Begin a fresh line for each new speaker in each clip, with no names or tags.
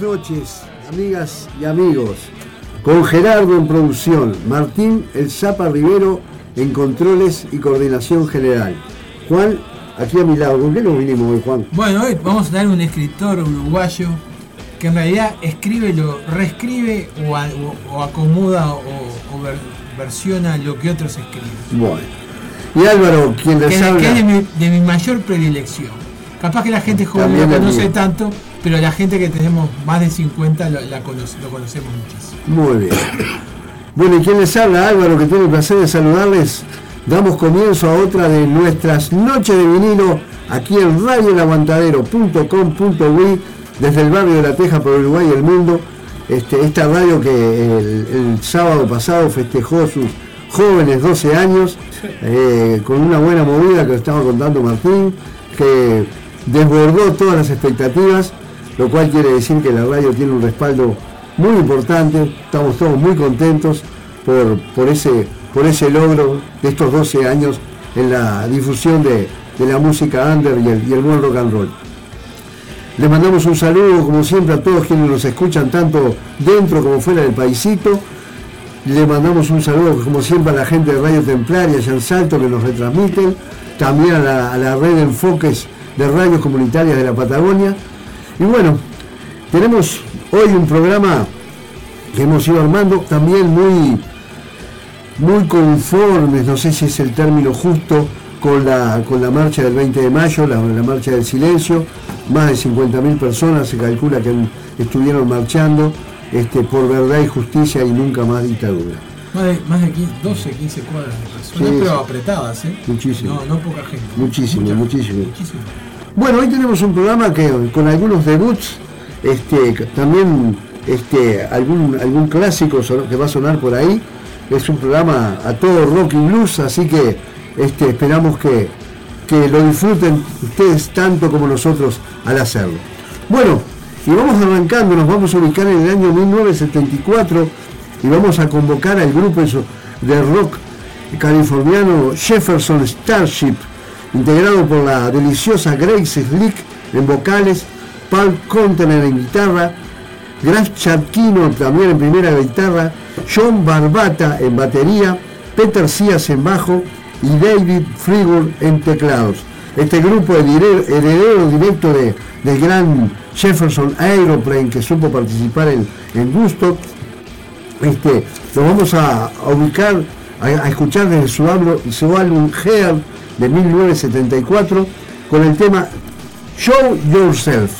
noches, amigas y amigos. Con Gerardo en producción, Martín El Zapa Rivero en controles y coordinación general. Juan, aquí a mi lado, ¿con qué nos vinimos hoy, Juan?
Bueno, hoy vamos a tener un escritor uruguayo que en realidad escribe, lo reescribe o, a- o- o acomoda o, o ver- versiona lo que otros escriben.
Bueno. Y Álvaro, quien
Que,
les
es-
habla.
que es de mi, de mi mayor predilección. Capaz que la gente joven
También
no
la
conoce
mía.
tanto, pero la gente que tenemos más de 50 lo, la conoce- lo conocemos muchísimo.
Muy bien. Bueno, y quien les habla, Álvaro, que tiene el placer de saludarles, damos comienzo a otra de nuestras noches de vinilo aquí en radioelaguantadero.com.uy desde el barrio de La Teja por Uruguay y el mundo. Este, esta radio que el, el sábado pasado festejó sus jóvenes 12 años eh, con una buena movida que lo estaba contando Martín, que desbordó todas las expectativas lo cual quiere decir que la radio tiene un respaldo muy importante, estamos todos muy contentos por, por, ese, por ese logro de estos 12 años en la difusión de, de la música under y el, y el buen rock and roll. Les mandamos un saludo, como siempre, a todos quienes nos escuchan, tanto dentro como fuera del paisito. Le mandamos un saludo, como siempre, a la gente de Radio Templar y a San Salto que nos retransmiten. También a la, a la red de enfoques de radios comunitarias de la Patagonia. Y bueno, tenemos hoy un programa que hemos ido armando también muy, muy conformes, no sé si es el término justo, con la, con la marcha del 20 de mayo, la, la marcha del silencio. Más de 50.000 personas se calcula que estuvieron marchando este, por verdad y justicia y nunca más dictadura.
Más de, más de 15, 12, 15 cuadras de personas,
Sí,
pero
sí.
apretadas, ¿eh?
Muchísimo.
No, no poca gente.
Muchísimo,
Mucha gente,
muchísimo.
muchísimo.
Bueno, hoy tenemos un programa que con algunos debuts, este, c- también este, algún, algún clásico son- que va a sonar por ahí. Es un programa a todo rock y blues, así que este, esperamos que, que lo disfruten ustedes tanto como nosotros al hacerlo. Bueno, y vamos arrancando, nos vamos a ubicar en el año 1974 y vamos a convocar al grupo eso- de rock californiano Jefferson Starship, integrado por la deliciosa Grace Slick en vocales, Paul Contener en guitarra, Graf Charquino también en primera guitarra, John Barbata en batería, Peter Cías en bajo y David Frigur en teclados. Este grupo heredero, heredero directo de, del gran Jefferson Aeroplane que supo participar en, en Gusto, este, lo vamos a, a ubicar, a, a escuchar desde su, ablo- su álbum Hair de 1974 con el tema Show Yourself.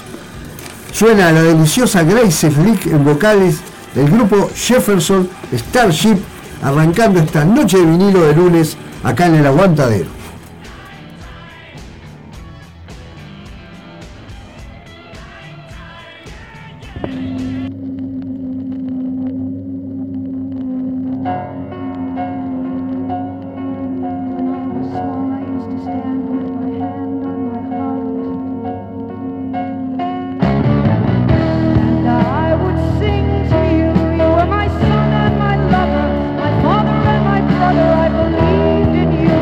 Suena la deliciosa Grace Slick en vocales del grupo Jefferson Starship arrancando esta noche de vinilo de lunes acá en el aguantadero.
I would sing to you. You were my son and my lover, my father and my brother. I believed in you.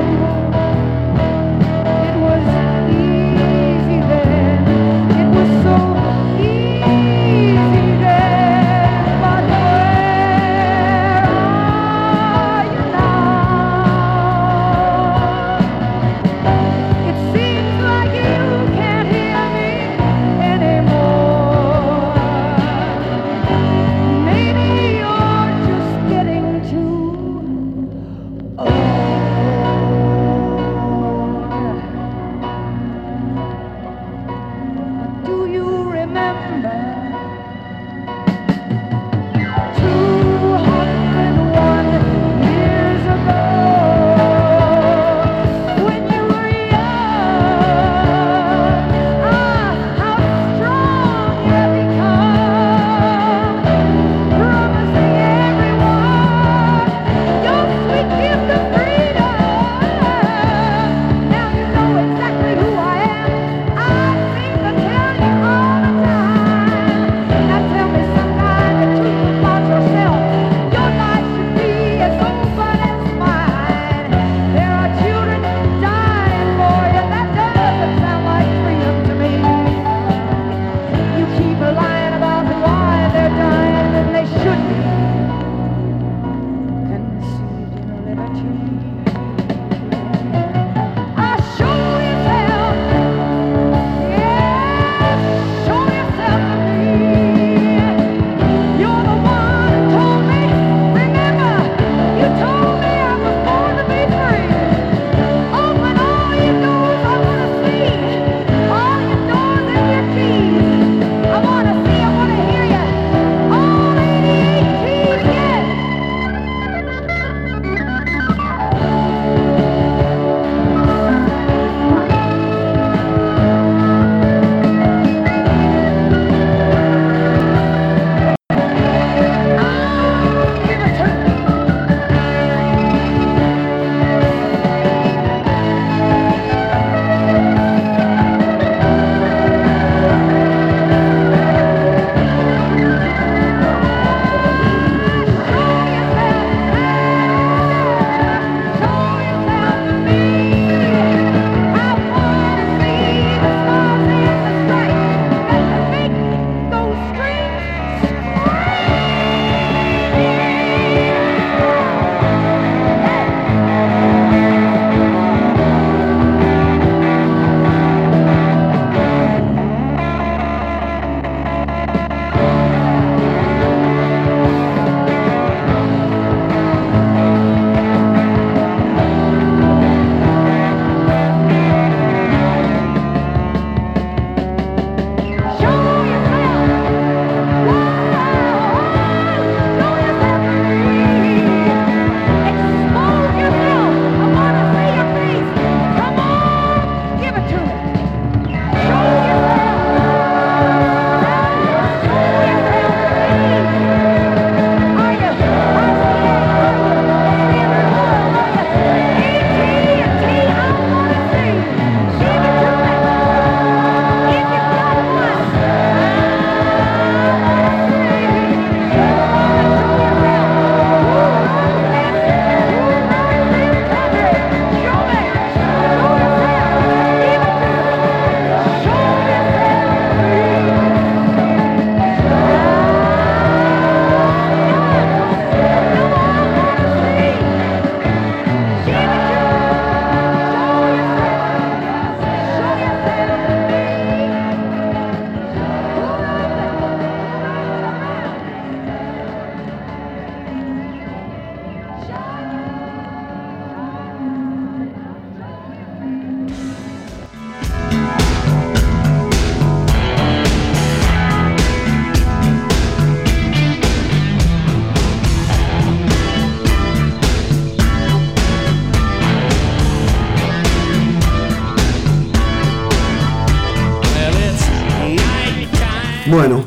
Bueno,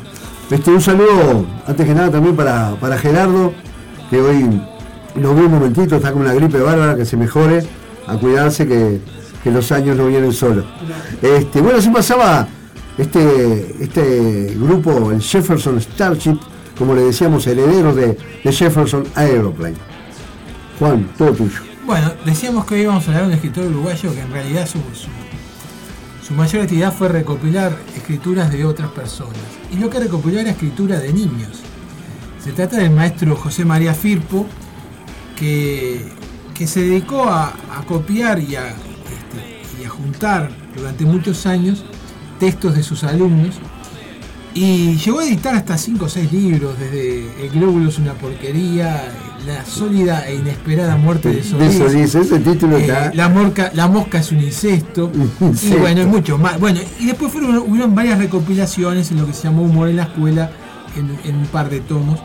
este, un saludo antes que nada también para, para Gerardo, que hoy lo veo un momentito, está con una gripe bárbara, que se mejore, a cuidarse que, que los años no vienen solos. Este, bueno, así pasaba este, este grupo, el Jefferson Starship, como le decíamos, herederos de, de Jefferson Aeroplane. Juan, todo tuyo.
Bueno, decíamos que hoy íbamos a hablar de un escritor uruguayo que en realidad su, su- su mayor actividad fue recopilar escrituras de otras personas. Y lo que recopiló era escritura de niños. Se trata del maestro José María Firpo, que, que se dedicó a, a copiar y a, este, y a juntar durante muchos años textos de sus alumnos. Y llegó a editar hasta 5 o 6 libros, desde El glóbulo es una porquería, La sólida e inesperada muerte de
De
Solís,
eso dice, ese título
eh,
está.
la, morca, la mosca es un incesto.
Incesto.
Y bueno, y mucho más. Bueno, y después fueron, hubieron varias recopilaciones en lo que se llamó Humor en la Escuela, en, en un par de tomos.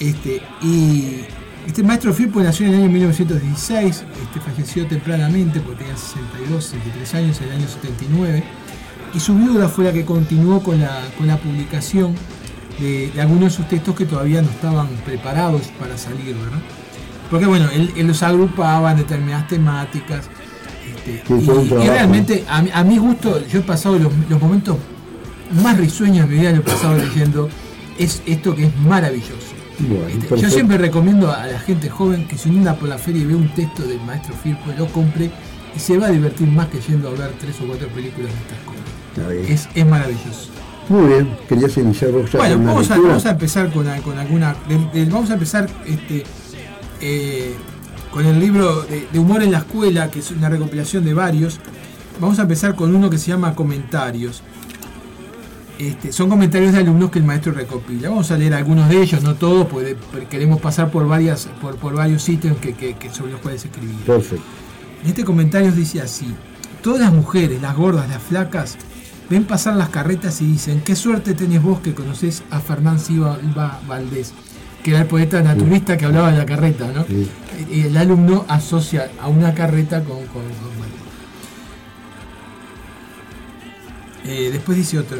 Este, y este maestro Firpo nació en el año 1916, este, falleció tempranamente porque tenía 62, 63 años, en el año 79. Y su viuda fue la que continuó con la, con la publicación de, de algunos de sus textos que todavía no estaban preparados para salir, ¿verdad? Porque bueno, él, él los agrupaba en determinadas temáticas. este,
Sí,
y,
todo un
y
trabajo.
realmente, a, mi- a mi gusto, yo he pasado los, los momentos más risueños de mi vida, lo he pasado leyendo. Es esto que es maravilloso.
Bueno,
Este, yo
perfecto.
siempre recomiendo a la gente joven que se inunda por la feria y ve un texto del maestro Firpo, lo compre y se va a divertir más que yendo a ver tres o cuatro películas de estas cosas.
Está bien.
Es, es maravilloso.
Muy bien, querías iniciar vos ya
Bueno,
con una
vamos a,
lectura.
vamos a empezar con, a- con alguna. del- del- vamos a empezar este, eh, con el libro de, de Humor en la Escuela, que es una recopilación de varios. Vamos a empezar con uno que se llama Comentarios. Este, son comentarios de alumnos que el maestro recopila. Vamos a leer algunos de ellos, no todos, porque porque queremos pasar por, varias, por, por varios sitios que, que- que sobre los cuales escribir.
Perfecto.
En este comentario dice así: Todas las mujeres, las gordas, las flacas, ven pasar las carretas y dicen: Qué suerte tenés vos que conocés a Fernán Silva Valdés, que era el poeta naturista que hablaba de la carreta, ¿no?
Sí.
Y El alumno asocia a una carreta con. con- con Valdés. Eh, después dice otro: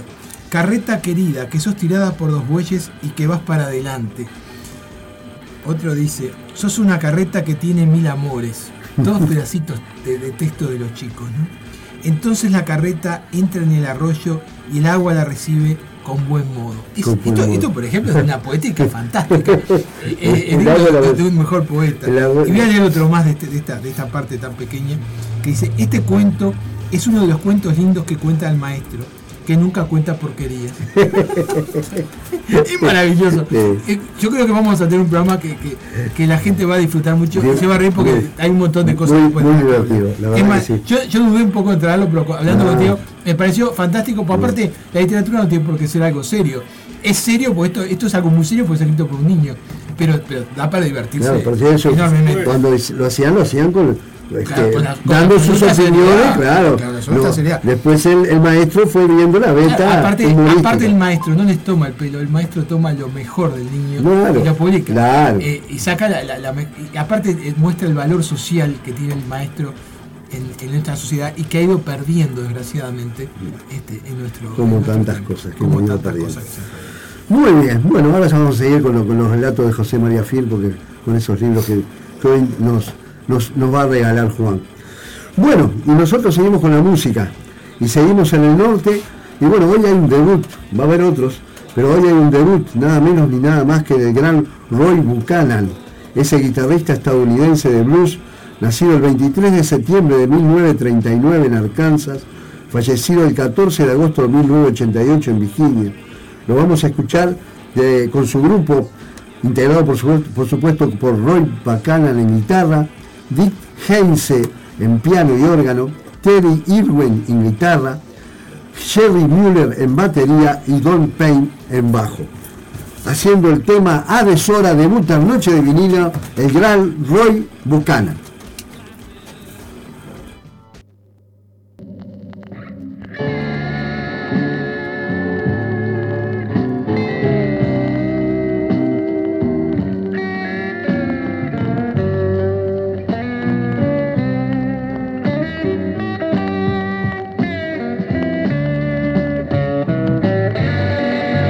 Carreta querida, que sos tirada por dos bueyes y que vas para adelante. Otro dice, sos una carreta que tiene mil amores. Todos pedacitos de, de texto de los chicos, ¿no? Entonces la carreta entra en el arroyo y el agua la recibe con buen modo. Es-
Con buen
esto,
modo.
esto, por ejemplo, es una poética fantástica. Eh, eh,
El
digno
agua la
de,
ves.
de un mejor poeta.
El agua-
Y voy a leer otro más de, este- de esta, de esta parte tan pequeña, que dice, este cuento es uno de los cuentos lindos que cuenta el maestro, que nunca cuenta porquerías. Es maravilloso.
Sí.
Eh, Yo creo que vamos a tener un programa que, que- que la gente va a disfrutar mucho.
Bien.
se va a reír porque
Bien.
hay un montón de cosas
Muy-
que pueden
muy
hablar.
divertido, la
Es
verdad
más,
que sí.
yo, yo dudé un poco en traerlo, pero co- hablando
Ah.
contigo, me pareció fantástico. porque aparte, la literatura no tiene por qué ser algo serio. Es serio, porque esto, esto es algo muy serio, porque es escrito por un niño. Pero, pero da para divertirse
Claro, pero si eso-
enormemente.
cuando lo hacían, lo hacían con, este,
Claro, con la- con
dando
la
sus
absoluta
opiniones,
seriedad,
claro.
claro, la absoluta
No,
seriedad.
Después el, el maestro fue viendo la
Claro,
venta.
aparte,
humorística.
aparte el maestro no les toma el pelo, el maestro toma lo mejor del niño
Claro,
y lo publica.
claro.
Eh, y saca la, la- la me- y aparte eh, muestra el valor social que tiene el maestro en, en nuestra sociedad y que ha ido perdiendo desgraciadamente este, en nuestro
Como
en nuestro
tantas
tiempo.
cosas que
como
hemos ido
tantas
perdiendo.
cosas que se han perdido.
Muy bien, bueno, ahora ya vamos a seguir con, lo- con los relatos de José María Firpo, que, con esos libros que, que hoy nos, nos, nos va a regalar Juan. Bueno, y nosotros seguimos con la música, y seguimos en el norte, y bueno, hoy hay un debut, va a haber otros, pero hoy hay un debut, nada menos ni nada más que del gran Roy Buchanan, ese guitarrista estadounidense de blues, nacido el 23 de septiembre de 1939 en Arkansas, fallecido el 14 de agosto de 1988 en Virginia. Lo vamos a escuchar de- con su grupo, integrado por, su- por supuesto por Roy Buchanan en guitarra, Dick Heinze en piano y órgano, Terry Irwin en guitarra, Sherry Mueller en batería y Don Payne en bajo. Haciendo el tema a deshora debuta en Noche de Vinilo el gran Roy Buchanan.
Thank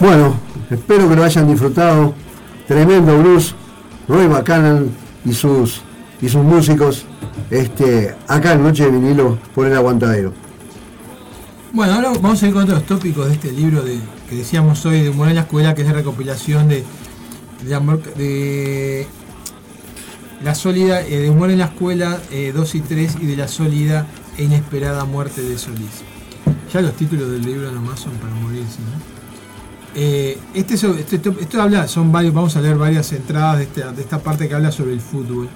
Bueno, espero que lo hayan disfrutado. Tremendo blues, Roy Buchanan y sus, y sus músicos, este, acá en Noche de Vinilo por el Aguantadero.
Bueno, ahora vamos a ir con otros tópicos de este libro de, que decíamos hoy de Humor en la Escuela, que es la recopilación de, de, amor- de la sólida, eh, de Humor en la Escuela 2 y 3 y de la sólida e inesperada muerte de Solís. Ya los títulos del libro nomás son para morirse, ¿no? Eh, este, so- este top- esto habla, son varios, vamos a leer varias entradas de esta, de esta parte que habla sobre el fútbol.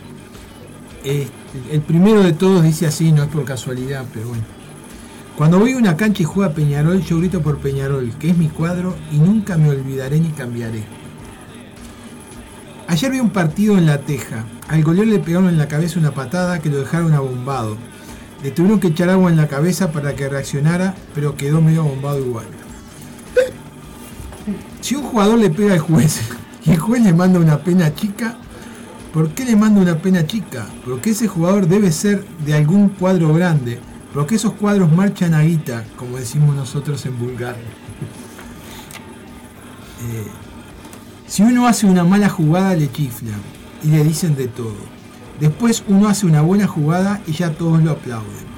Eh, el primero de todos dice así, no es por casualidad, pero bueno. Cuando voy a una cancha y juega Peñarol, yo grito por Peñarol, que es mi cuadro y nunca me olvidaré ni cambiaré. Ayer vi un partido en La Teja. Al goleador le pegaron en la cabeza una patada que lo dejaron abombado. Le tuvieron que echar agua en la cabeza para que reaccionara, pero quedó medio abombado igual. Si un jugador le pega al juez y el juez le manda una pena chica, ¿Por qué le mando una pena chica? Porque ese jugador debe ser de algún cuadro grande. Porque esos cuadros marchan a guita, como decimos nosotros en vulgar. Eh, si uno hace una mala jugada, le chiflan y le dicen de todo. Después uno hace una buena jugada y ya todos lo aplauden.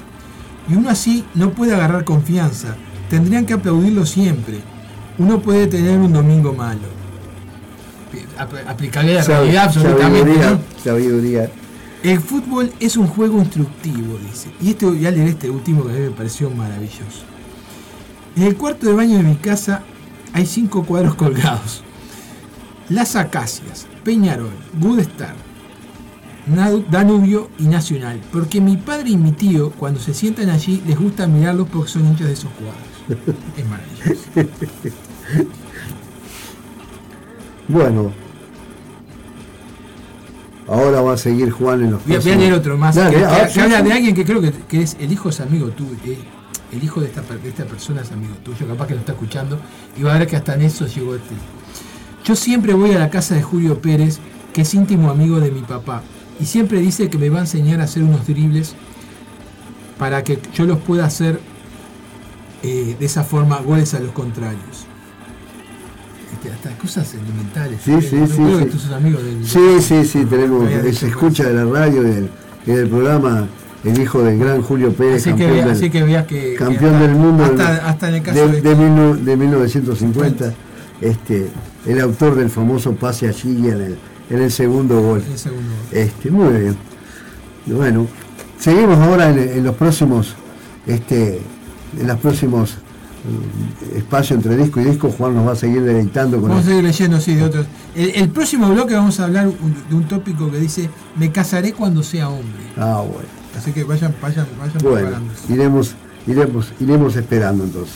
Y uno así no puede agarrar confianza. Tendrían que aplaudirlo siempre. Uno puede tener un domingo malo. Ap- Aplicable a la realidad, absolutamente. ¿no?
sabiduría, sabiduría.
El fútbol es un juego instructivo, dice. Y este, voy a leer este último que a mí me pareció maravilloso. En el cuarto de baño de mi casa hay cinco cuadros colgados. Las Acacias, Peñarol, Good Star, Nadu- Danubio y Nacional. Porque mi padre y mi tío, cuando se sientan allí, les gusta mirarlos porque son hinchas de esos cuadros. Es maravilloso.
Bueno. Ahora va a seguir Juan en los
Voy a, voy a
próximos-
leer otro más.
Dale,
que, que-
ah,
que
sí,
habla
sí.
de alguien que creo que, que es el hijo es amigo tuyo. eh, el hijo de esta, per- de esta persona es amigo tuyo, capaz que lo está escuchando. Y va a ver que hasta en eso llegó este. Yo siempre voy a la casa de Julio Pérez, que es íntimo amigo de mi papá. Y siempre dice que me va a enseñar a hacer unos dribles para que yo los pueda hacer eh, de esa forma goles a los contrarios. Este, hasta cosas elementales.
Sí,
eh,
sí,
no
sí,
creo que
sí.
tú sos amigo del-
Sí, sí, sí, tenemos,
Había dicho
se escucha de la radio y del, y del programa el hijo del gran Julio Pérez,
Así que,
campeón,
vea-
del,
así que veas que. que
campeón
hasta-
del mundo del-
Hasta, hasta en el caso
de,
de. este.
de mil no- de 1950, este, el autor del famoso pase allí en el, en el segundo gol.
el segundo.
Este, muy bien. Bueno, seguimos ahora en, en los próximos, este, en los próximos mm, espacios entre disco y disco, Juan nos va a seguir deleitando con
Vamos a
el-
seguir leyendo, sí, de otros. El, el próximo bloque vamos a hablar un- de un tópico que dice: Me casaré cuando sea hombre.
Ah, bueno.
Así que vayan, vayan, vayan
Bueno,
preparándose.
iremos, iremos, iremos esperando entonces.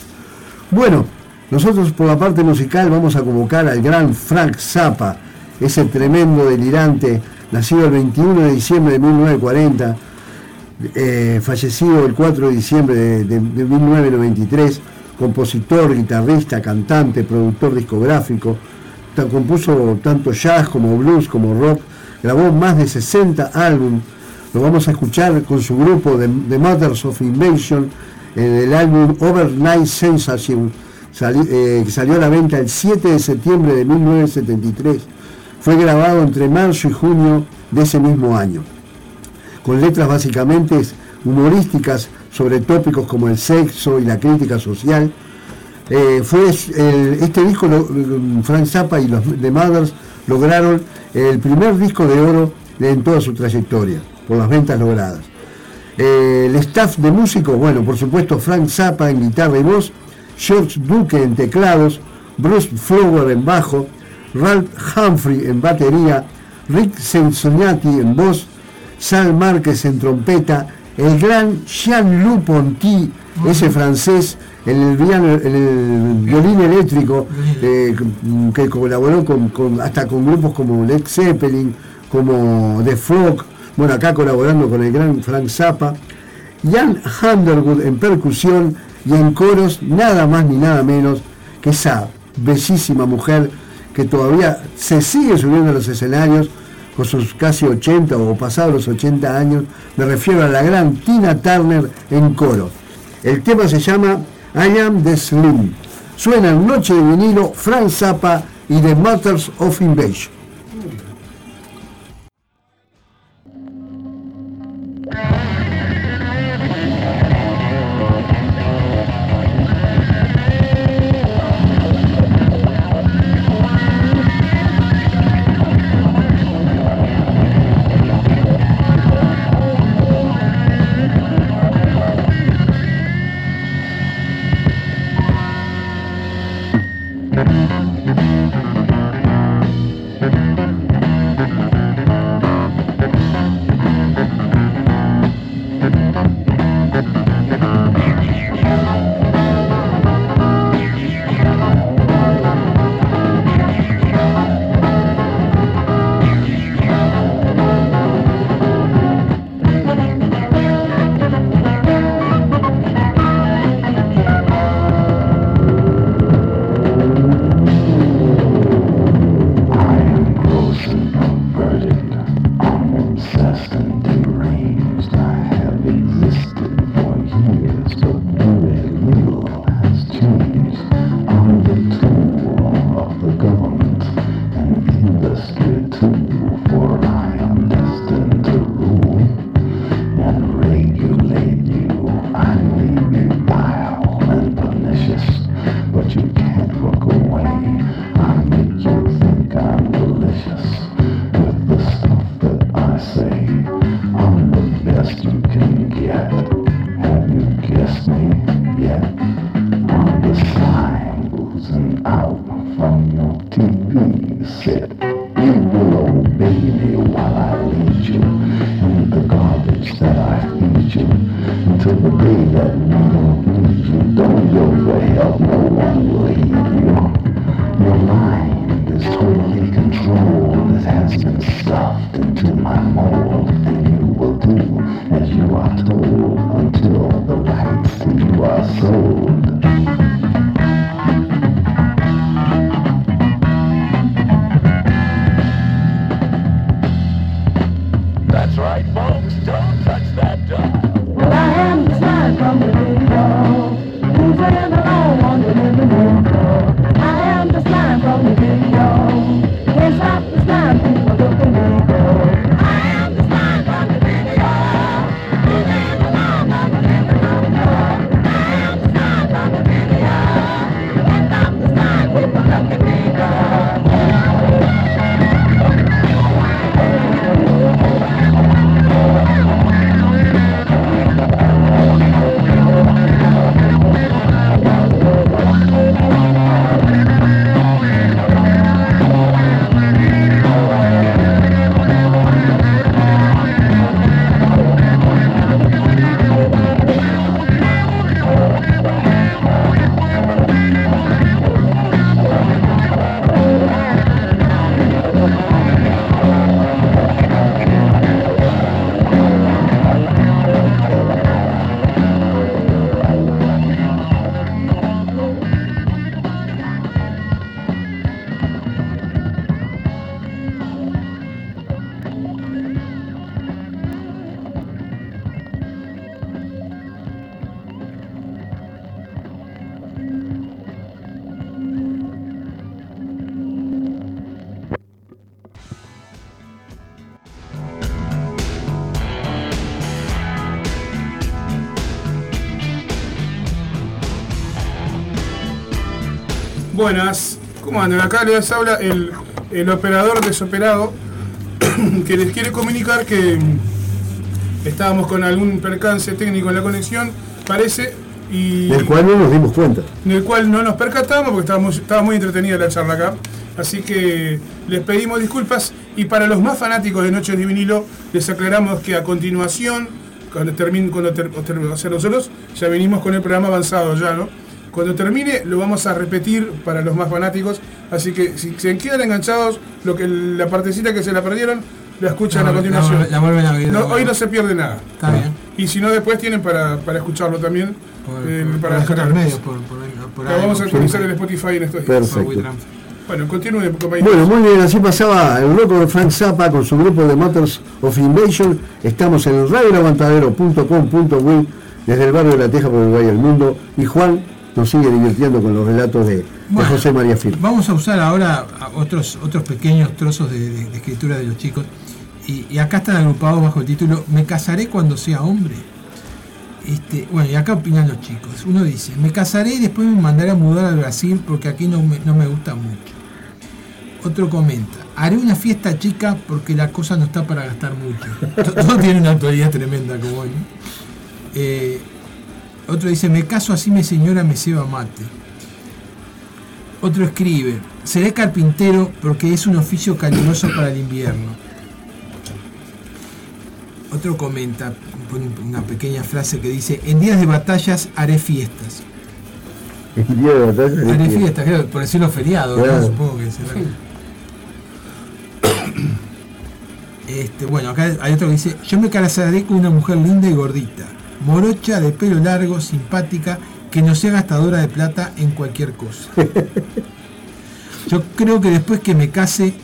Bueno, nosotros por la parte musical vamos a convocar al gran Frank Zappa, ese tremendo delirante, nacido el 21 de diciembre de 1940, eh, fallecido el 4 de diciembre de, de- de 1993, compositor, guitarrista, cantante, productor discográfico, ta- compuso tanto jazz como blues como rock, grabó más de 60 álbumes, lo vamos a escuchar con su grupo de The Mothers of Invention en el álbum Overnight Sensation, sali- eh, que salió a la venta el 7 de septiembre de 1973. Fue grabado entre marzo y junio de ese mismo año con letras básicamente humorísticas sobre tópicos como el sexo y la crítica social. Eh, fue el- este disco, lo- Frank Zappa y los The Mothers lograron el primer disco de oro en toda su trayectoria, por las ventas logradas. Eh, el staff de músicos, bueno, por supuesto Frank Zappa en guitarra y voz, George Duque en teclados, Bruce Flower en bajo, Ralph Humphrey en batería, Rick Sensoniati en voz, Sal Márquez en trompeta, el gran Jean-Loup Ponty, ese francés, el, piano- el violín eléctrico, eh, que colaboró con, con- hasta con grupos como Led Zeppelin, como The Flock, bueno, acá colaborando con el gran Frank Zappa, Jan Underwood en percusión y en coros, nada más ni nada menos que esa bellísima mujer que todavía se sigue subiendo a los escenarios con sus casi 80 o pasados los 80 años, me refiero a la gran Tina Turner en coro. El tema se llama I Am the Slim. suenan Noche de Vinilo, Frank Zappa y The Matters of Invasion.
I am grossly perverted. I am obsessed and deranged. I have existed for years, but very little has changed. I'm the tool of the government and industry too, for I am destined to rule and regulate you. I may be vile and pernicious, but you can't look away. I make you think I'm delicious with the stuff that I say. I'm the best you can get. Have you guessed me yet? I'm the sign oozing out from your TV set. You will obey me while I lead you in the garbage that I feed you until the day that we don't need you. Don't go for help, no one will aid you. Your mind is totally controlled. It has been stuffed into my mold, and you will do as you are told until the rights to you are sold. That's right, folks. Don't touch that dial.
Well, I am the sign from the video. Who's in the wrong on the living room floor? I am the sign from the video. It's not the sign people look at me for. I am the sign from the video. Who's in the wrong on the living room floor? I am the sign from the video. It's not the sign people look at me for.
Buenas, ¿cómo andan? Acá les habla el, el operador desoperado que les quiere comunicar que mm, estábamos con algún percance técnico en la conexión, parece, y
Del cual no nos dimos cuenta.
del cual no nos percatamos porque estábamos, estaba muy entretenida la charla acá. Así que les pedimos disculpas y para los más fanáticos de Noches de Vinilo les aclaramos que a continuación, cuando termine, cuando ter- o ter- o sea, nosotros ya venimos con el programa avanzado ya, ¿no? Cuando termine lo vamos a repetir para los más fanáticos, así que si se quedan enganchados, lo que la partecita que se la perdieron, la escuchan
La-
a continuación.
la- la vuelven a oír.
No, hoy no se pierde nada.
Está bien.
Y si no, después tienen para, para escucharlo también.
Por,
eh,
por- por
para
las otras
descargar.
medios, por, por, por
Pero vamos a
algo, por-
actualizar el Spotify en estos días.
por
Perfecto.
WeTransfer.
Bueno, continúe, compañero.
Bueno, muy bien, así pasaba el loco de Frank Zappa con su grupo de Motors of Invasion. Estamos en radioaguantadero.com.uy desde el barrio de La Teja por Uruguay al Mundo. Y Juan nos sigue divirtiendo con los relatos de, de
Bueno.
José María Fil.
Vamos a usar ahora a otros, otros pequeños trozos de, de- de escritura de los chicos. Y, y acá están agrupados bajo el título Me casaré cuando sea hombre. Este, bueno, y acá opinan los chicos. Uno dice, me casaré y después me mandaré a mudar al Brasil porque aquí no me, no me gusta mucho. Otro comenta, haré una fiesta chica porque la cosa no está para gastar mucho. To- Todo tiene una actualidad tremenda como hoy. ¿no? Eh, otro dice, me caso así mi señora me ceba mate. Otro escribe, seré carpintero porque es un oficio caluroso para el invierno. Otro comenta, pone una pequeña frase que dice, en días de batallas haré fiestas.
El día de batalla de-
Haré fiestas, claro, por decirlo feriado, ¿no?
Claro.
supongo que será. Este, bueno, acá hay otro que dice, yo me casaré con una mujer linda y gordita, morocha, de pelo largo, simpática, que no sea gastadora de plata en cualquier cosa. Yo creo que después que me case,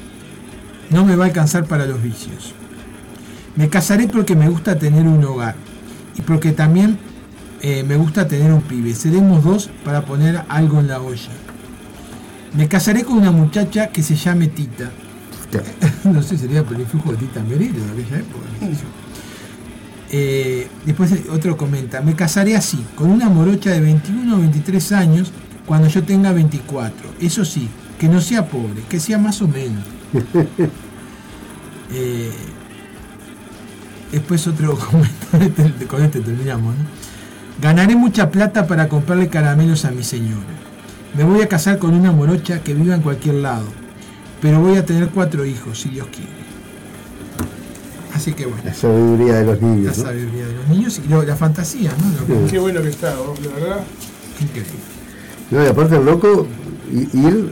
no me va a alcanzar para los vicios. Me casaré porque me gusta tener un hogar y porque también eh, me gusta tener un pibe. Seremos dos para poner algo en la olla. Me casaré con una muchacha que se llame Tita. no sé, sería por el influjo de Tita Merelo de aquella época. qué sé yo. Eh, después otro comenta, me casaré así, con una morocha de 21 o 23 años cuando yo tenga 24. Eso sí, que no sea pobre, que sea más o menos. Eh, después otro comentario, este- con este terminamos, ¿no? Ganaré mucha plata para comprarle caramelos a mi señora. Me voy a casar con una morocha que viva en cualquier lado, pero voy a tener cuatro hijos, si Dios quiere. Así que bueno
La sabiduría de los
la
niños. ¿no?
sabiduría de los niños y lo- la fantasía, ¿no? Lo-
Qué bueno que está, vos, la verdad.
increíble.
No, y aparte el loco, y, y él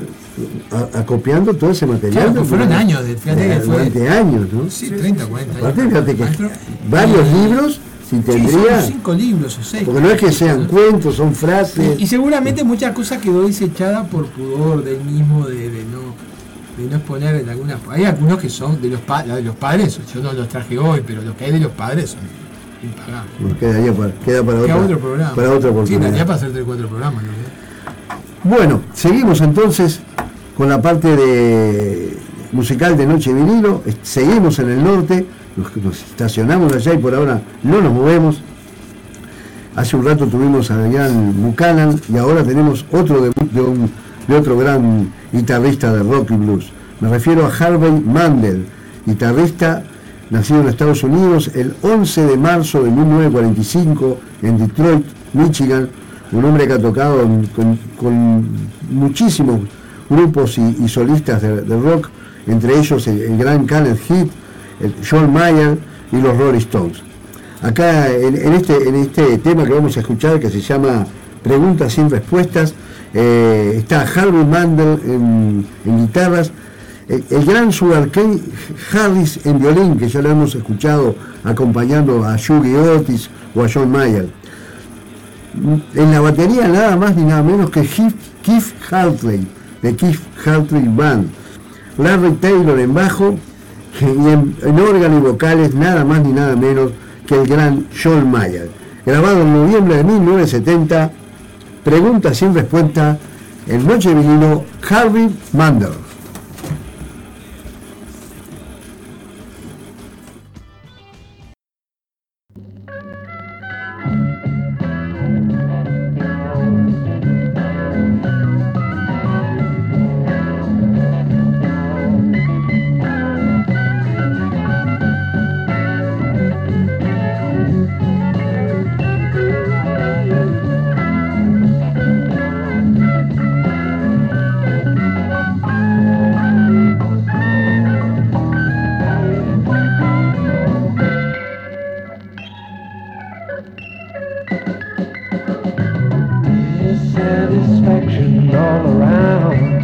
a- acopiando todo ese material.
Claro, pues fueron años de- fíjate que
Eh,
fue-
durante años, ¿no?
Sí, 30, 40 años.
Aparte, fíjate que
Maestro.
varios
Sí,
libros, si tendría,
son cinco libros o seis.
porque no es que sean cuentos, son frases.
Y, y seguramente muchas cosas quedó desechada por pudor del mismo, de, de no de no exponer en algunas. Hay algunos que son de los, pa- la de los padres, yo no los traje hoy, pero los que hay de los padres son impagables.
Nos quedaría para, queda para,
Queda
otra,
otro programa.
para otra
Sí,
oportunidad.
daría para hacer tres, cuatro programas. ¿no?
Bueno, seguimos entonces con la parte de musical de Noche Vinilo, Es- seguimos en el norte, nos, nos estacionamos allá y por ahora no nos movemos. Hace un rato tuvimos a Adrián Buchanan y ahora tenemos otro debut de, un- de otro gran guitarrista de rock y blues. Me refiero a Harvey Mandel, guitarrista nacido en Estados Unidos el 11 de marzo de 1945 en Detroit, Michigan. Un hombre que ha tocado en- con, con muchísimos grupos y, y solistas de, de rock, entre ellos el, el gran Kenneth Heat, el John Mayer y los Rolling Stones. Acá en, en este, en este tema que vamos a escuchar, que se llama Preguntas sin respuestas, eh, está Harvey Mandel en, en guitarras, el, el gran Sugar Kane Harris en violín, que ya lo hemos escuchado acompañando a Yugi Otis o a John Mayer. En la batería nada más ni nada menos que Keith, Keith Hartley, de Keith Hartley Band. Larry Taylor en bajo y en, en órgano y vocales nada más ni nada menos que el gran John Mayer. Grabado en noviembre de 1970, pregunta sin respuesta, el noche vinilo Harvey Mandel.
satisfaction all around.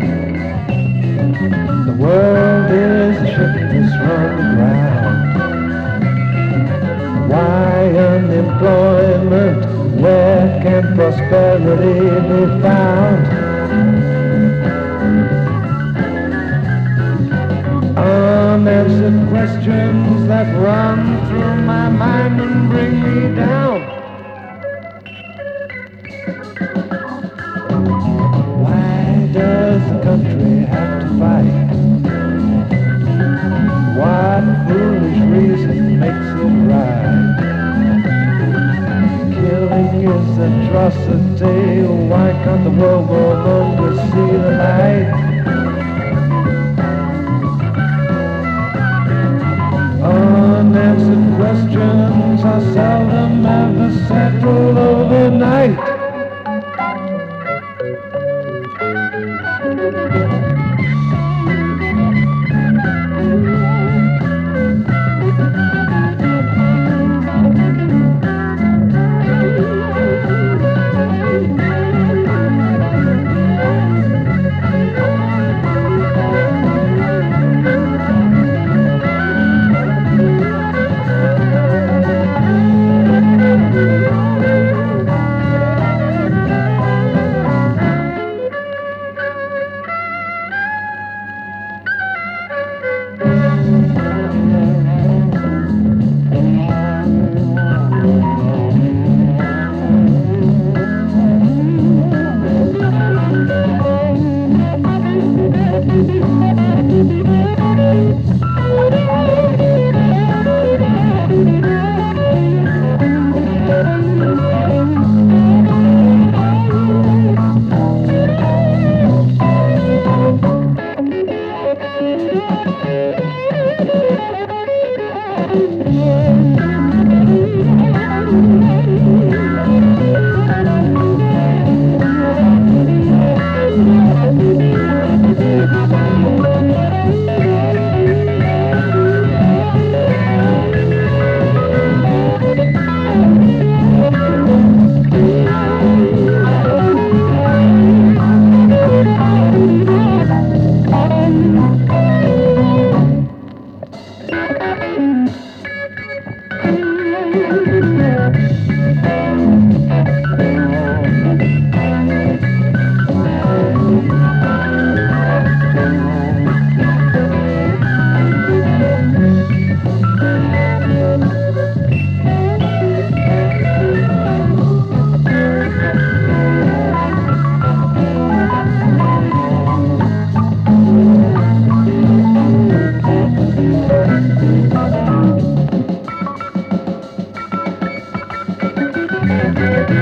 The world is a ship that's run aground. Why unemployment? Where can prosperity be found? Unanswered questions that run through my mind and bring me down. does the country have to fight? What foolish reason makes it right? Killing is atrocity. Why can't the world go on to see the light? Unanswered questions are seldom ever settled overnight.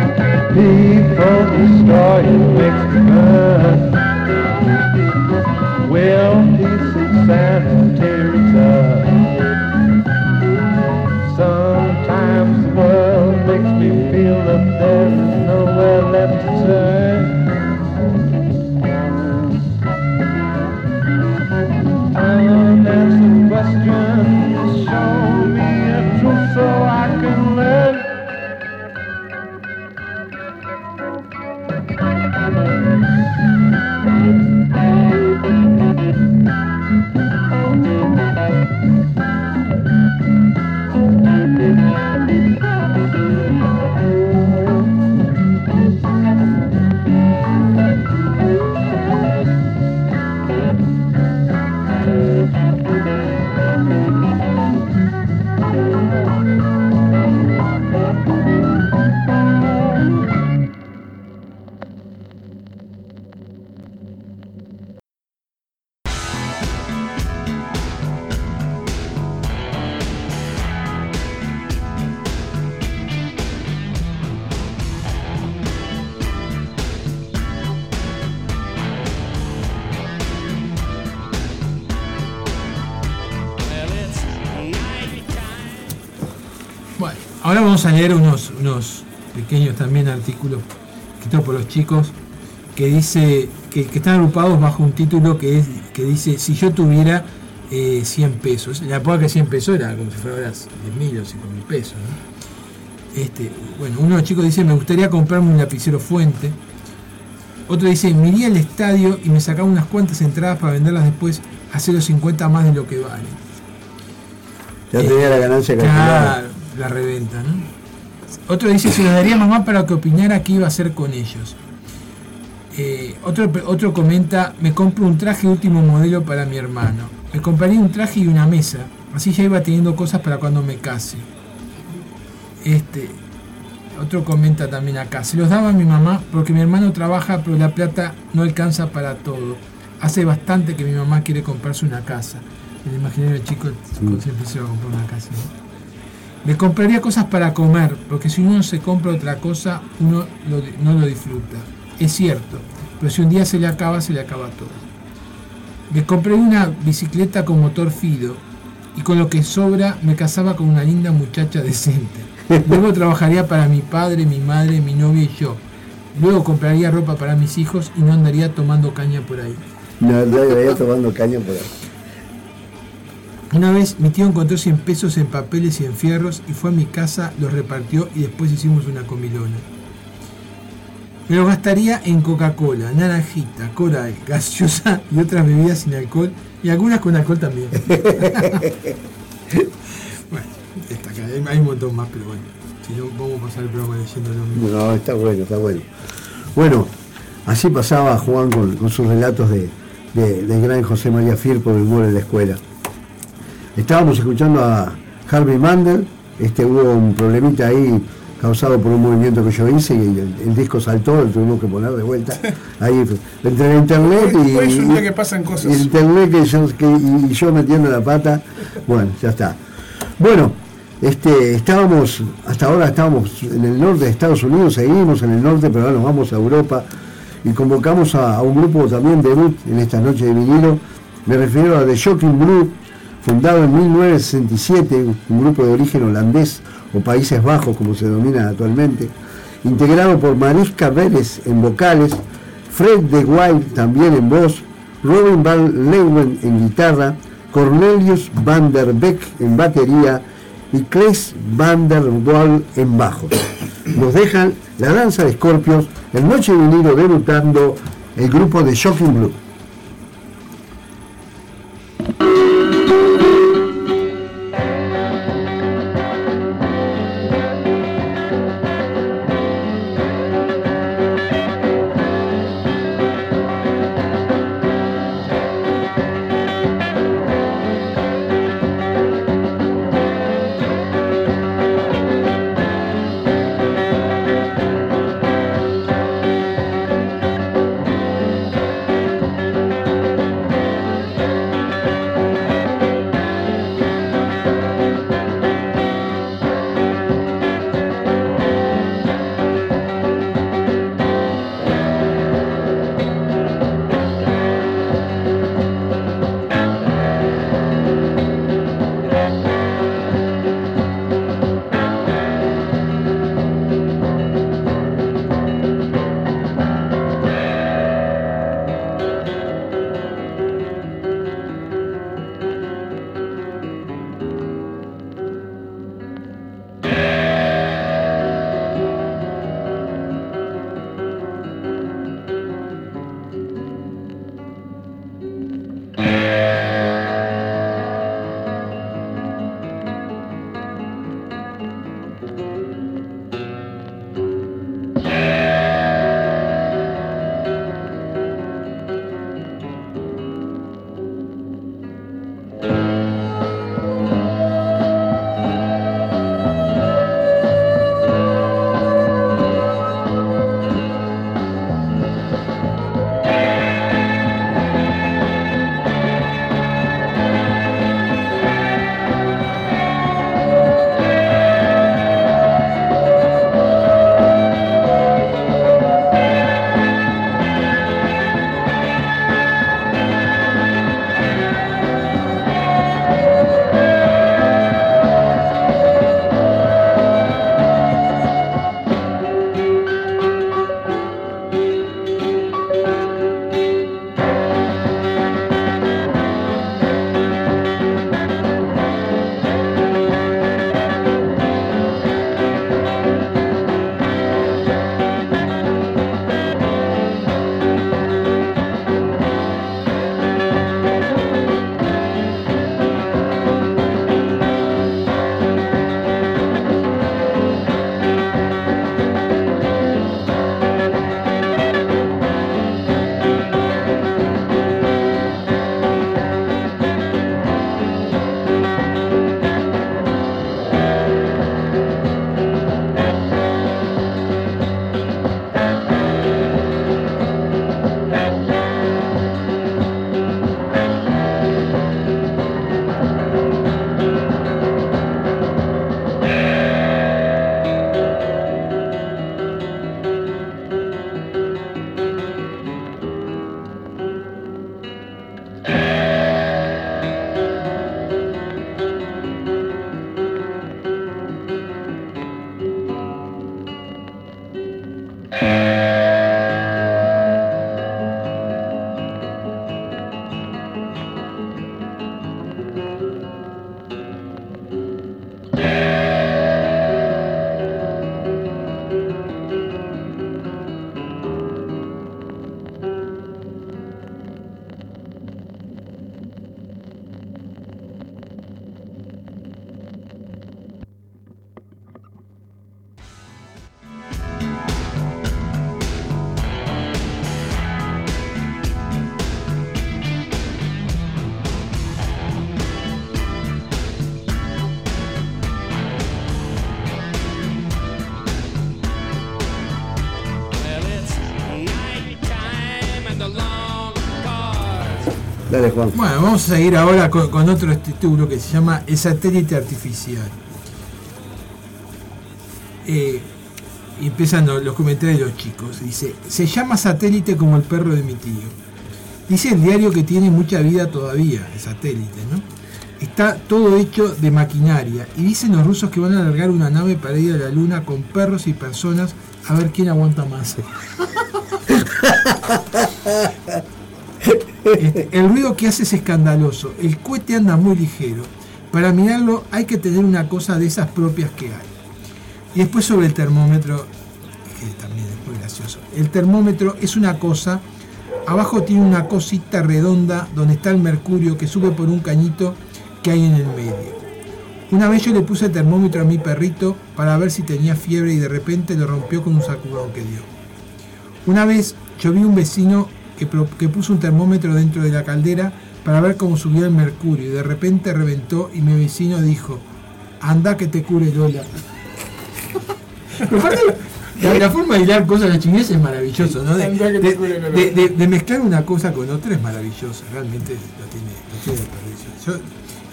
People destroy it makes the burn. Will peace and sanity return? Sometimes the world makes me feel that there is nowhere left to turn. Unanswered questions show me a truth so I can learn.
Bueno, ahora vamos a leer unos, unos pequeños también artículos escritos por los chicos que dice que, que están agrupados bajo un título que es que dice si yo tuviera eh, 100 pesos. La época que 100 pesos era como si fuera ahora 10 mil o 5 mil pesos. ¿no? Este, bueno, uno de los chicos dice me gustaría comprarme un lapicero fuente. Otro dice me iría al estadio y me sacaba unas cuantas entradas para venderlas después a 0.50 más de lo que vale.
Ya tenía la ganancia calculada.
Eh, Claro, la reventa, ¿no? Otro dice, se los daría a mamá para que opinara qué iba a hacer con ellos. Eh, otro, otro comenta, me compro un traje último modelo para mi hermano. Me compraría un traje y una mesa. Así ya iba teniendo cosas para cuando me case. Este, otro comenta también acá. Se los daba a mi mamá porque mi hermano trabaja, pero la plata no alcanza para todo. Hace bastante que mi mamá quiere comprarse una casa. El imaginario chico siempre se va a comprar una casa. ¿no? Me compraría cosas para comer, porque si uno se compra otra cosa, uno lo di- no lo disfruta. Es cierto, pero si un día se le acaba, se le acaba todo. Me compré una bicicleta con motor Fido y con lo que sobra me casaba con una linda muchacha decente. Luego trabajaría para mi padre, mi madre, mi novia y yo. Luego compraría ropa para mis hijos y no andaría tomando caña por ahí.
No, no, yo veía tomando caña por ahí.
Una vez mi tío encontró 100 pesos en papeles y en fierros y fue a mi casa, los repartió y después hicimos una comilona. Me los gastaría en Coca-Cola, naranjita, coral, gaseosa y otras bebidas sin alcohol y algunas con alcohol también. bueno, está acá, hay- hay un montón más, pero bueno. Si no, vamos a pasar el programa leyendo los mismos.
No, está bueno, está bueno. Bueno, así pasaba Juan con, con sus relatos de, de- del gran José María Fier por el humor en la escuela. Estábamos escuchando a Harvey Mandel, este, hubo un problemita ahí causado por un movimiento que yo hice y el, el disco saltó, lo tuvimos que poner de vuelta. Ahí fue. entre el internet y,
Hoy Pues es un día
y-
que pasan cosas.
y internet que yo, que- y yo metiendo la pata. Bueno, ya está. Bueno, este, estábamos, hasta ahora estábamos en el norte de Estados Unidos, seguimos en el norte, pero ahora nos vamos a Europa y convocamos a, a un grupo también debut en esta noche de vinilo. Me refiero a The Shocking Blue, fundado en 1967, un grupo de origen holandés o Países Bajos, como se denomina actualmente, integrado por Mariska Vélez en vocales, Fred de Wild también en voz, Robin Van Leeuwen en guitarra, Cornelius van der Beck en batería y Kles van der Waal en bajo. Nos dejan la danza de Scorpios, el Noche de Vinilo debutando el grupo de Shocking Blue.
Thank
Dale, Juan.
Bueno, vamos a seguir ahora con, con otro título que se llama El satélite artificial. Eh, y empiezan los, los comentarios de los chicos. Dice, se llama satélite como el perro de mi tío. Dice el diario que tiene mucha vida todavía, el satélite, ¿no? Está todo hecho de maquinaria. Y dicen los rusos que van a alargar una nave para ir a la luna con perros y personas a ver quién aguanta más. Este, el ruido que hace es escandaloso. El cohete anda muy ligero. Para mirarlo hay que tener una cosa de esas propias que hay. Y después sobre el termómetro, que también es muy gracioso. El termómetro es una cosa, abajo tiene una cosita redonda donde está el mercurio que sube por un cañito que hay en el medio. Una vez yo le puse el termómetro a mi perrito para ver si tenía fiebre y de repente lo rompió con un sacudón que dio. Una vez yo vi un vecino que, pro- que puso un termómetro dentro de la caldera para ver cómo subía el mercurio y de repente reventó y mi vecino dijo, anda que te cure Lola. Pero aparte, la, la forma de hilar cosas a la chinesa es maravilloso, ¿no? De,
Andá que te cure Lola.
de- de- de mezclar una cosa con otra es maravilloso, realmente lo tiene, lo tiene desperdicio. Yo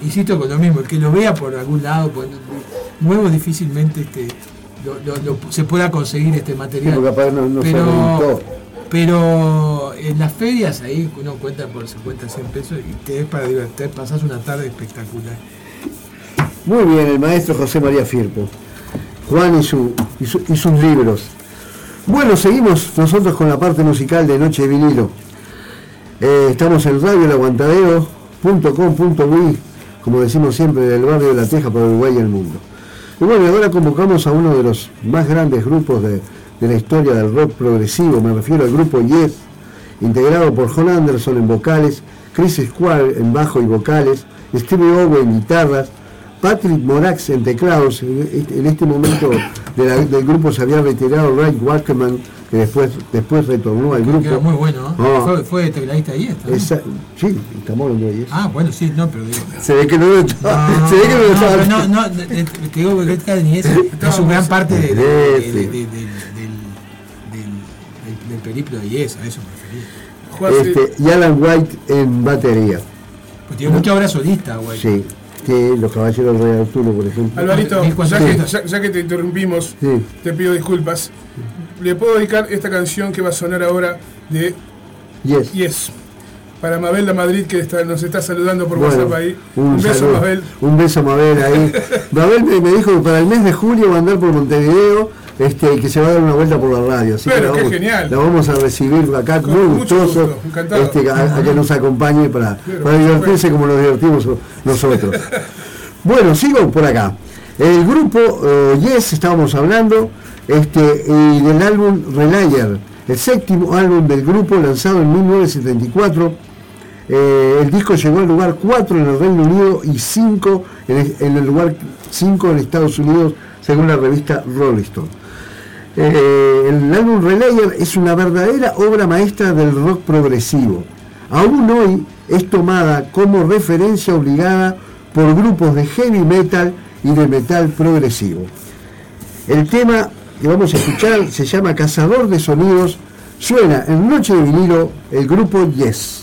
insisto con lo mismo, el que lo vea por algún lado, por- nuevo difícilmente este, lo- lo- lo- se pueda conseguir este material.
Sí, porque capaz no- no se
pero,
reventó.
pero en las ferias ahí uno cuenta por 50, 100 pesos y te es para divertir, pasas una tarde espectacular.
Muy bien, el maestro José María Firpo. Juan y, su- y su- y sus libros. Bueno, seguimos nosotros con la parte musical de Noche de Vinilo. Eh, estamos en radioelaguantadero.com.uy, como decimos siempre, del barrio de La Teja para Uruguay y el mundo. Y bueno, y ahora convocamos a uno de los más grandes grupos de, de la historia del rock progresivo, me refiero al grupo Yes, integrado por John Anderson en vocales, Chris Squire en bajo y vocales, Steve Owe en guitarras, Patrick Morax en teclados, en en este momento de la- del grupo se había retirado Ray Walkerman, que después, después retornó al
Que era
grupo.
muy bueno, ¿eh?
Ah.
Fue, fue tecladista ahí esta. ¿no?
Esa- sí, estamos hablando de eso.
Ah, bueno, sí, no, pero digo.
Se ve que no lo estaba. se ve Ah, que no lo estaba.
No, no, no, no, te te digo que Red Cat ni es, es una gran parte de, de- de- de- de- del, del- del- del periplo de Yes, a eso me refería.
Juan,
Este, y Alan White en batería.
Porque Pues tiene mucha obra solista, güey.
Sí. Que los caballeros de Arturo, por ejemplo.
Alvarito,
Mil
ya que,
cuatrocientos.
ya- ya que te interrumpimos,
Sí.
te pido disculpas. Le puedo dedicar esta canción que va a sonar ahora de
Yes.
Yes. Para Mabel de Madrid, que está- nos está saludando por
Bueno,
WhatsApp ahí.
un,
Un, beso,
saludo.
Mabel.
Un beso a Mabel ahí. Mabel me, me dijo que para el mes de julio va a andar por Montevideo este, y que se va a dar una vuelta por la radio. Así que
Pero
la
qué
vamos,
genial.
la vamos a recibir acá
Con
muy
mucho
gustoso
gusto, encantado.
este, a, a que nos acompañe para, para divertirse como nos divertimos nosotros. bueno, sigo por acá. El grupo eh, Yes, estábamos hablando, este, y del álbum Relayer, el séptimo álbum del grupo lanzado en 1974. Eh, el disco llegó al lugar 4 en el Reino Unido y 5 en, en el lugar 5 en Estados Unidos, según la revista Rolling Stone. Eh, el álbum Relayer es una verdadera obra maestra del rock progresivo. Aún hoy es tomada como referencia obligada por grupos de heavy metal y de metal progresivo. El tema que vamos a escuchar se llama Cazador de Sonidos. Suena en Noche de Vinilo el grupo Yes.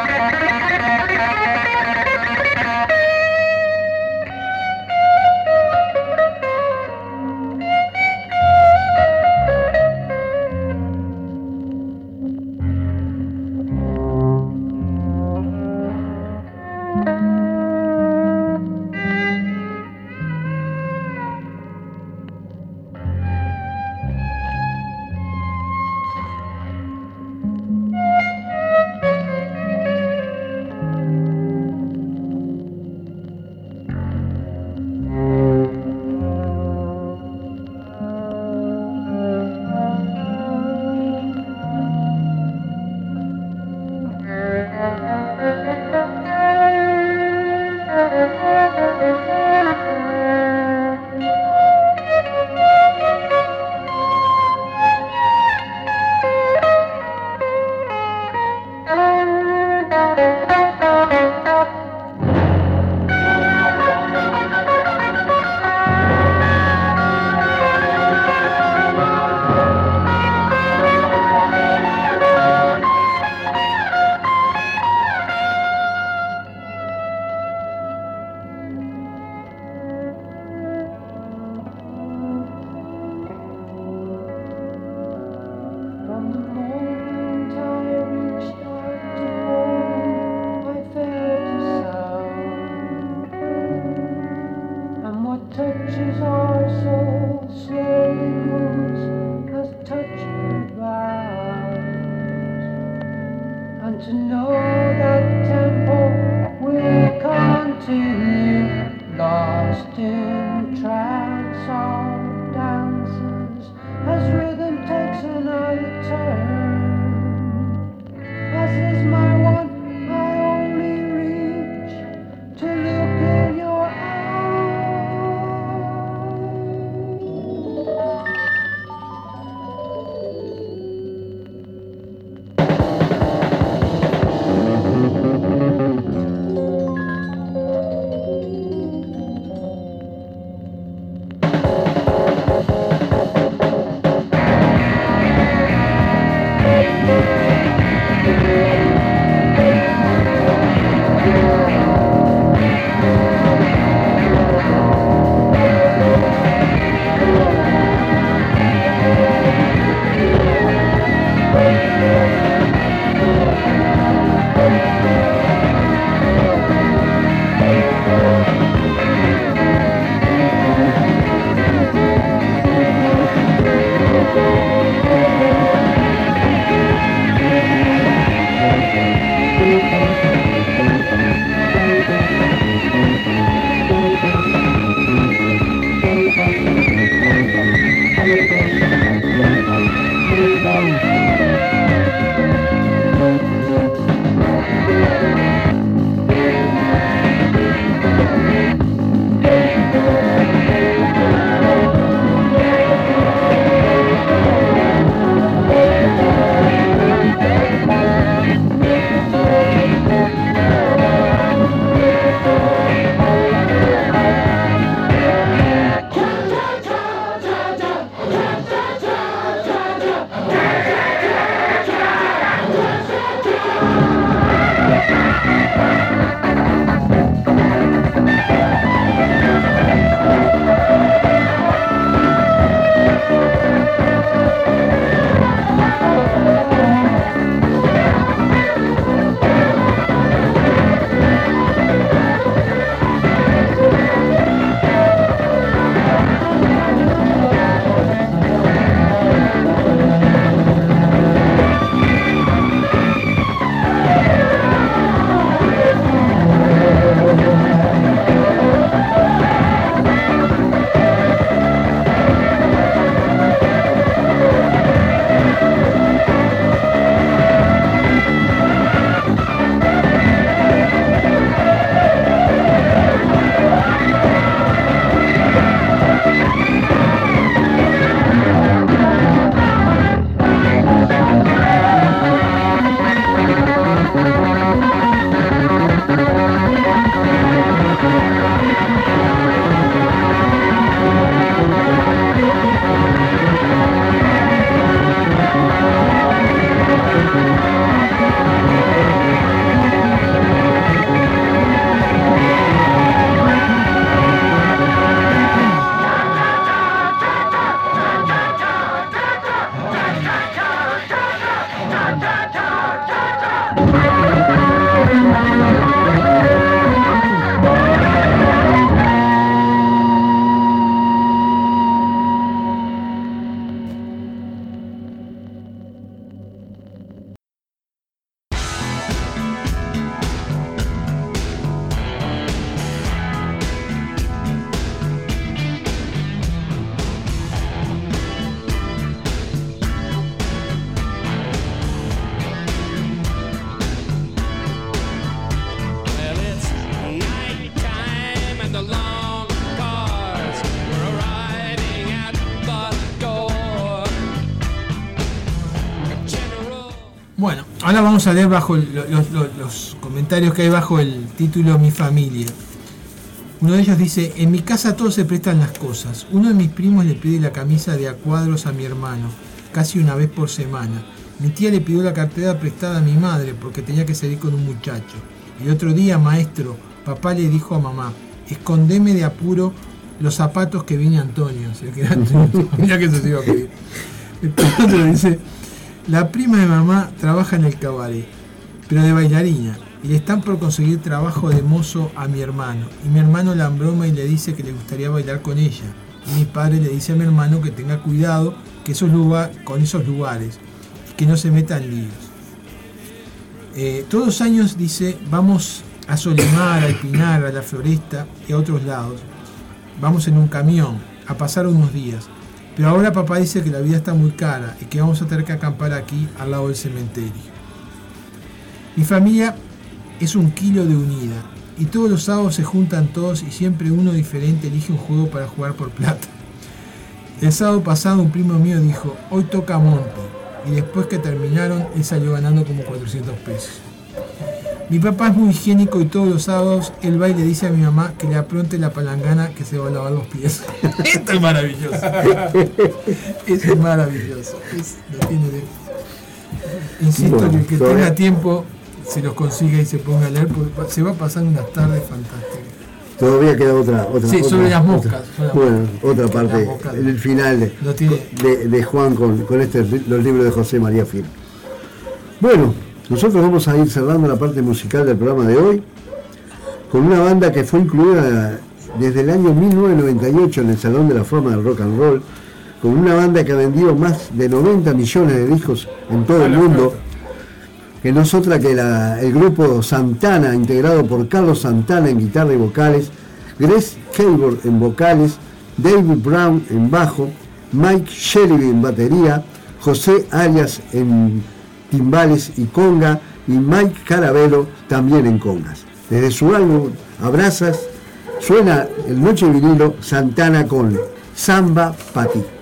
Bueno, ahora vamos a leer bajo el- lo- los, los- los comentarios que hay bajo el título Mi familia. Uno de ellos dice, en mi casa todos se prestan las cosas. Uno de mis primos le pide la camisa de a cuadros a mi hermano, casi una vez por semana. Mi tía le pidió la cartera prestada a mi madre porque tenía que salir con un muchacho. El otro día, maestro, papá le dijo a mamá, escondeme de apuro los zapatos que viene Antonio. O sea, que era Antonio. Mirá que eso se iba a pedir. Después otro dice, la prima de mamá trabaja en el cabaret, pero de bailarina, y le están por conseguir trabajo de mozo a mi hermano. Y mi hermano la embroma y le dice que le gustaría bailar con ella. Y mi padre le dice a mi hermano que tenga cuidado que esos lugar, con esos lugares, y que no se metan líos. Eh, todos los años dice, vamos a Solimar, a Espinar, a la Floresta y a otros lados. Vamos en un camión, a pasar unos días. Pero ahora papá dice que la vida está muy cara y que vamos a tener que acampar aquí al lado del cementerio. Mi familia es un kilo de unida y todos los sábados se juntan todos y siempre uno diferente elige un juego para jugar por plata. El sábado pasado un primo mío dijo, hoy toca monte. Y después que terminaron, él salió ganando como 400 pesos. Mi papá es muy higiénico y todos los sábados él va y le dice a mi mamá que le apronte la palangana que se va a lavar los pies. Esto es maravilloso. Eso es maravilloso. Es- no tiene de- Insisto
Bueno,
que el que
todavía-
tenga tiempo se los consiga y se ponga a leer porque va- se va a pasar unas tardes fantásticas.
Todavía queda otra. otra
Sí,
otra-
sobre las moscas,
otra-
sobre las
bueno, otra
Las
parte,
moscas.
el final de,
No tiene-
de- de Juan con, con este, los libros de José María Fil. Bueno, nosotros vamos a ir cerrando la parte musical del programa de hoy con una banda que fue incluida desde el año 1998 en el Salón de la Fama del Rock and Roll, con una banda que ha vendido más de 90 millones de discos en todo el mundo que no es otra que la- el grupo Santana, integrado por Carlos Santana en guitarra y vocales, Grace Hayward en vocales, David Brown en bajo, Mike Sheridan en batería, José Arias en timbales y conga y Mike Carabelo también en congas. Desde su álbum Abrazas suena el Noche Vinilo Santana con Samba Pati.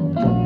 Thank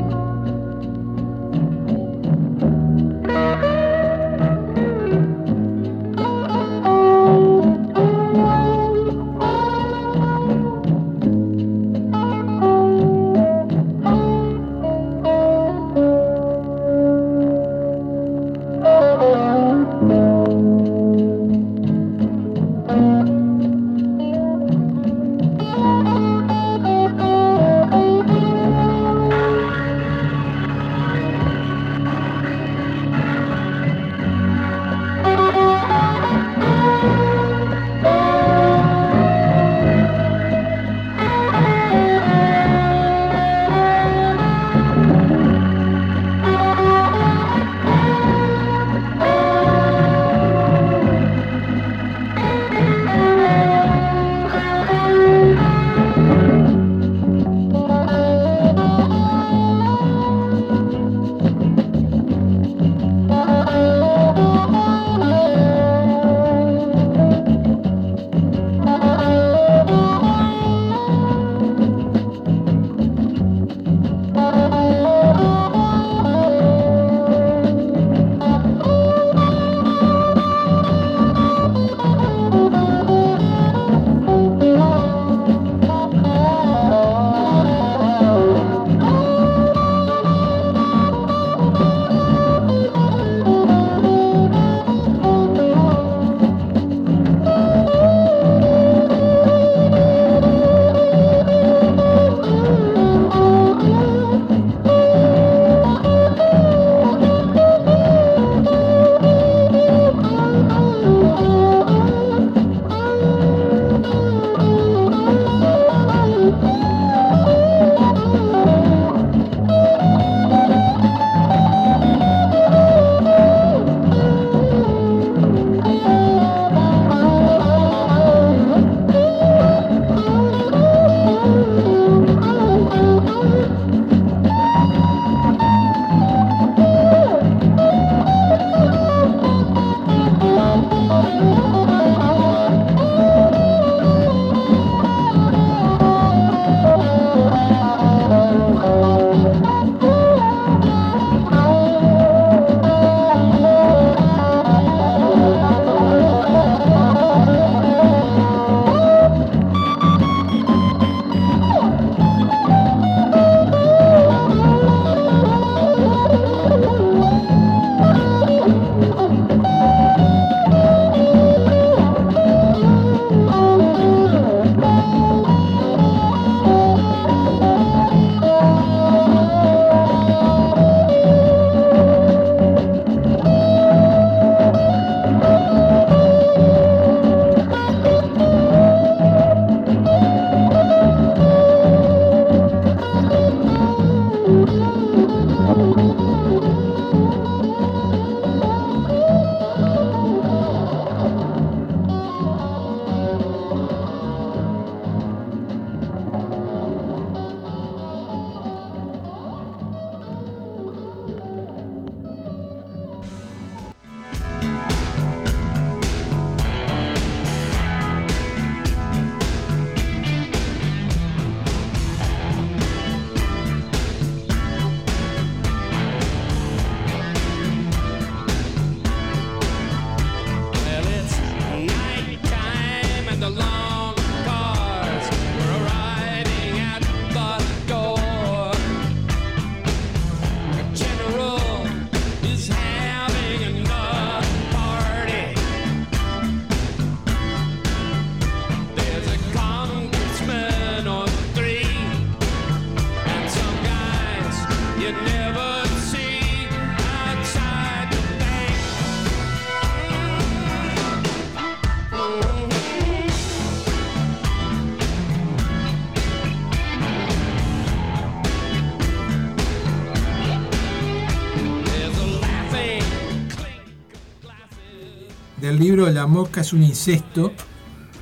del libro La mosca es un incesto,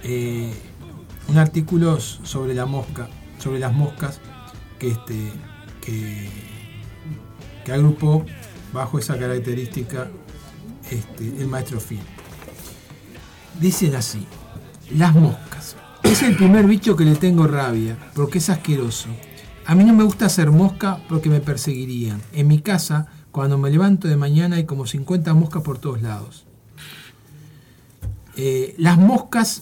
eh, un artículo sobre la mosca, sobre las moscas que, este, que, que agrupó bajo esa característica este, el maestro Phil. Dicen así, las moscas. Es el primer bicho que le tengo rabia, porque es asqueroso. A mí no me gusta ser mosca porque me perseguirían. En mi casa, cuando me levanto de mañana hay como 50 moscas por todos lados. Eh, las moscas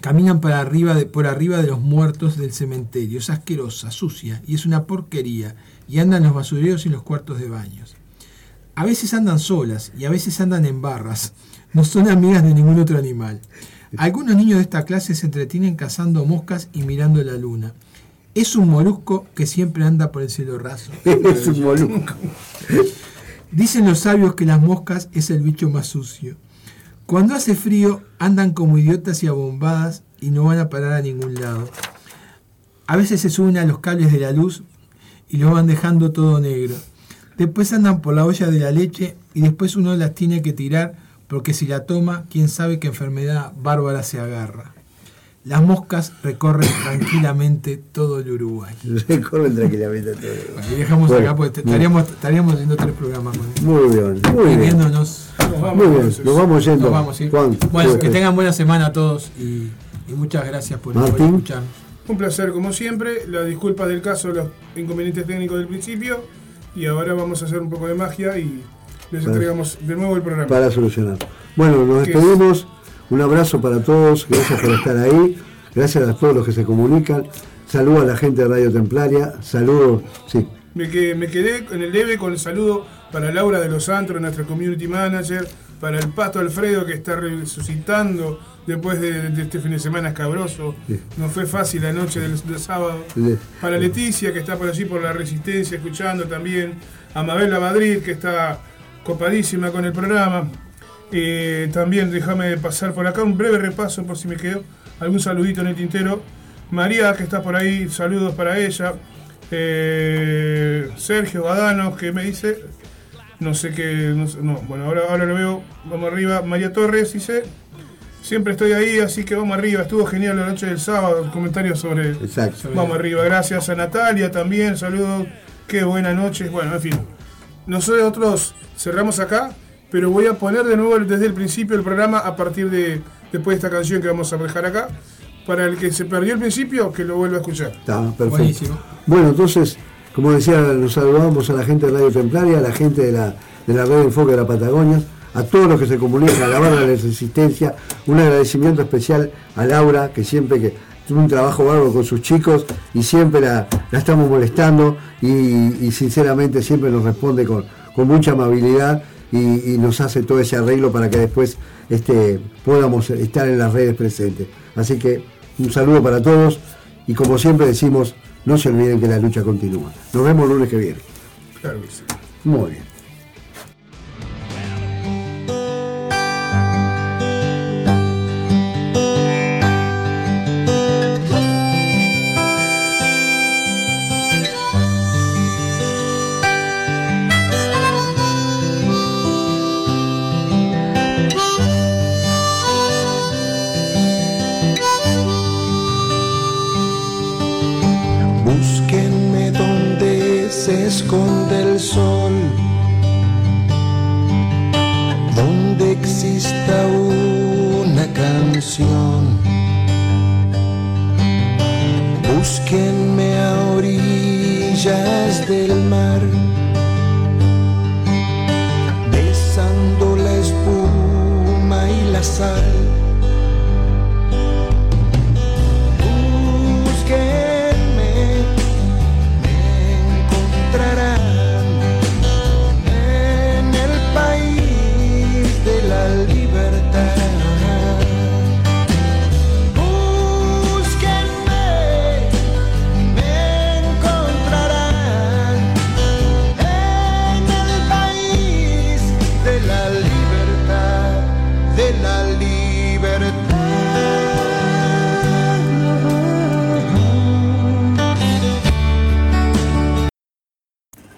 caminan para arriba de, por arriba de los muertos del cementerio. Es asquerosa, sucia y es una porquería. Y andan en los basureros y en los cuartos de baños. A veces andan solas y a veces andan en barras. No son amigas de ningún otro animal. Algunos niños de esta clase se entretienen cazando moscas y mirando la luna. Es un molusco que siempre anda por el cielo raso.
es un molusco.
Dicen los sabios que las moscas es el bicho más sucio. Cuando hace frío andan como idiotas y abombadas y no van a parar a ningún lado. A veces se suben a los cables de la luz y los van dejando todo negro. Después andan por la olla de la leche y después uno las tiene que tirar porque si la toma, quién sabe qué enfermedad bárbara se agarra. Las moscas recorren tranquilamente todo el Uruguay.
Recorren tranquilamente todo.
Y dejamos
Bueno,
acá porque te-
bien.
estaríamos, estaríamos haciendo tres programas con esto.
Muy bien, muy bien.
Viéndonos.
Nos vamos,
Muy bien,
entonces.
nos vamos yendo.
Nos vamos, ¿sí?
Juan,
Bueno,
pues,
que tengan buena semana a todos y, y muchas gracias por, por
Martín.
escucharnos.
Un placer, como siempre. Las disculpas del caso, los inconvenientes técnicos del principio. Y ahora vamos a hacer un poco de magia y les entregamos de nuevo el programa.
para solucionar. Bueno, nos
¿Qué?
despedimos. Un abrazo para todos. Gracias por estar ahí. Gracias a todos los que se comunican. Saludo a la gente de Radio Templaria. Saludos. Sí.
Me, que- me quedé en el leve con el saludo para Laura de los Antros, nuestra community manager, para el Pato Alfredo que está resucitando después de, de este fin de semana escabroso.
Sí.
No fue fácil la noche del, del sábado.
Sí.
Para Leticia que está por allí por la Resistencia escuchando también. A Mabela Madrid que está copadísima con el programa. Eh, también déjame pasar por acá un breve repaso por si me quedo algún saludito en el tintero. María que está por ahí, saludos para ella. Eh, Sergio Badano que me dice, no sé qué, no, sé- no, bueno, ahora, ahora lo veo, vamos arriba. María Torres dice, siempre estoy ahí, así que vamos arriba, estuvo genial la noche del sábado, el comentario sobre...
Exacto.
Vamos arriba, gracias a Natalia también, saludos, qué buena noche, bueno, en fin. Nosotros cerramos acá, pero voy a poner de nuevo desde el principio el programa a partir de después de esta canción que vamos a dejar acá. Para el que se perdió el principio, que lo vuelva a escuchar.
Está perfecto.
Buenísimo.
Bueno, entonces, como decía, nos saludamos a la gente de Radio Templaria, a la gente de la, de la red Enfoque de la Patagonia, a todos los que se comunican, a la barra de la Resistencia. Un agradecimiento especial a Laura, que siempre que tuvo un trabajo bárbaro con sus chicos y siempre la, la estamos molestando y, y sinceramente siempre nos responde con, con mucha amabilidad y, y nos hace todo ese arreglo para que después este, podamos estar en las redes presentes. Así que un saludo para todos y como siempre decimos, no se olviden que la lucha continúa. Nos vemos el lunes que viene.
Claro que sí.
Muy bien.
Búsquenme donde se esconde el sol, donde exista una canción. Búsquenme a orillas del mar, besando la espuma y la sal. Búsquenme, me encontrarán en el país de la libertad. Búsquenme, me encontrarán en el país de la libertad, de la libertad.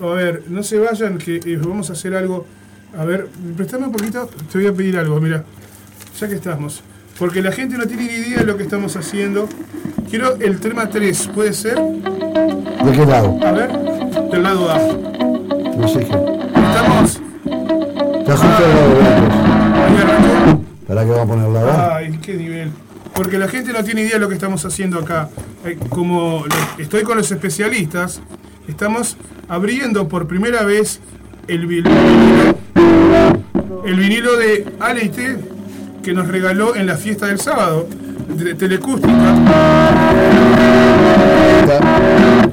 A ver, no se vayan, que eh, vamos a hacer algo A ver, préstame un poquito, te voy a pedir algo, mira. Ya que estamos. Porque la gente no tiene ni idea de lo que estamos haciendo. Quiero el tema 3, ¿puede ser?
¿De qué lado?
A ver, del lado A.
No sé qué.
Estamos.
Está justo al lado de Beatles.
Ahí arrancó.
¿Para qué va a poner la A?
Ay, qué nivel. Porque la gente no tiene idea de lo que estamos haciendo acá. Eh, Como lo- estoy con los especialistas, estamos abriendo por primera vez el vi- el vinilo, el vinilo de Aleite que nos regaló en la fiesta del sábado, de Telecústica.
Está-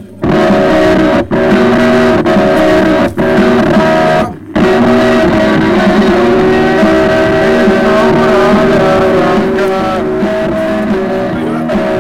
Ahí va.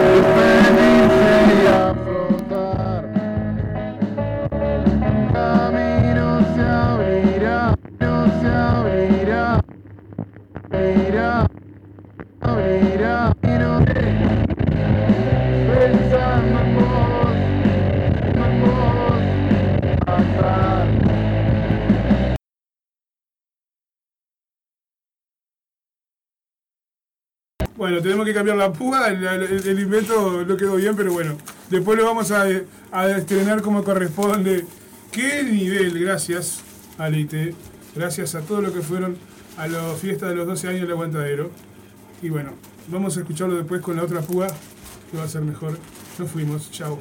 Bueno, tenemos que cambiar la púa, el, el- el invento no quedó bien, pero bueno. Después lo vamos a, a estrenar como corresponde. ¡Qué nivel! Gracias, Alite. Gracias a todos los que fueron a la fiesta de los 12 años del aguantadero. Y bueno, vamos a escucharlo después con la otra púa, que va a ser mejor. Nos fuimos, chao.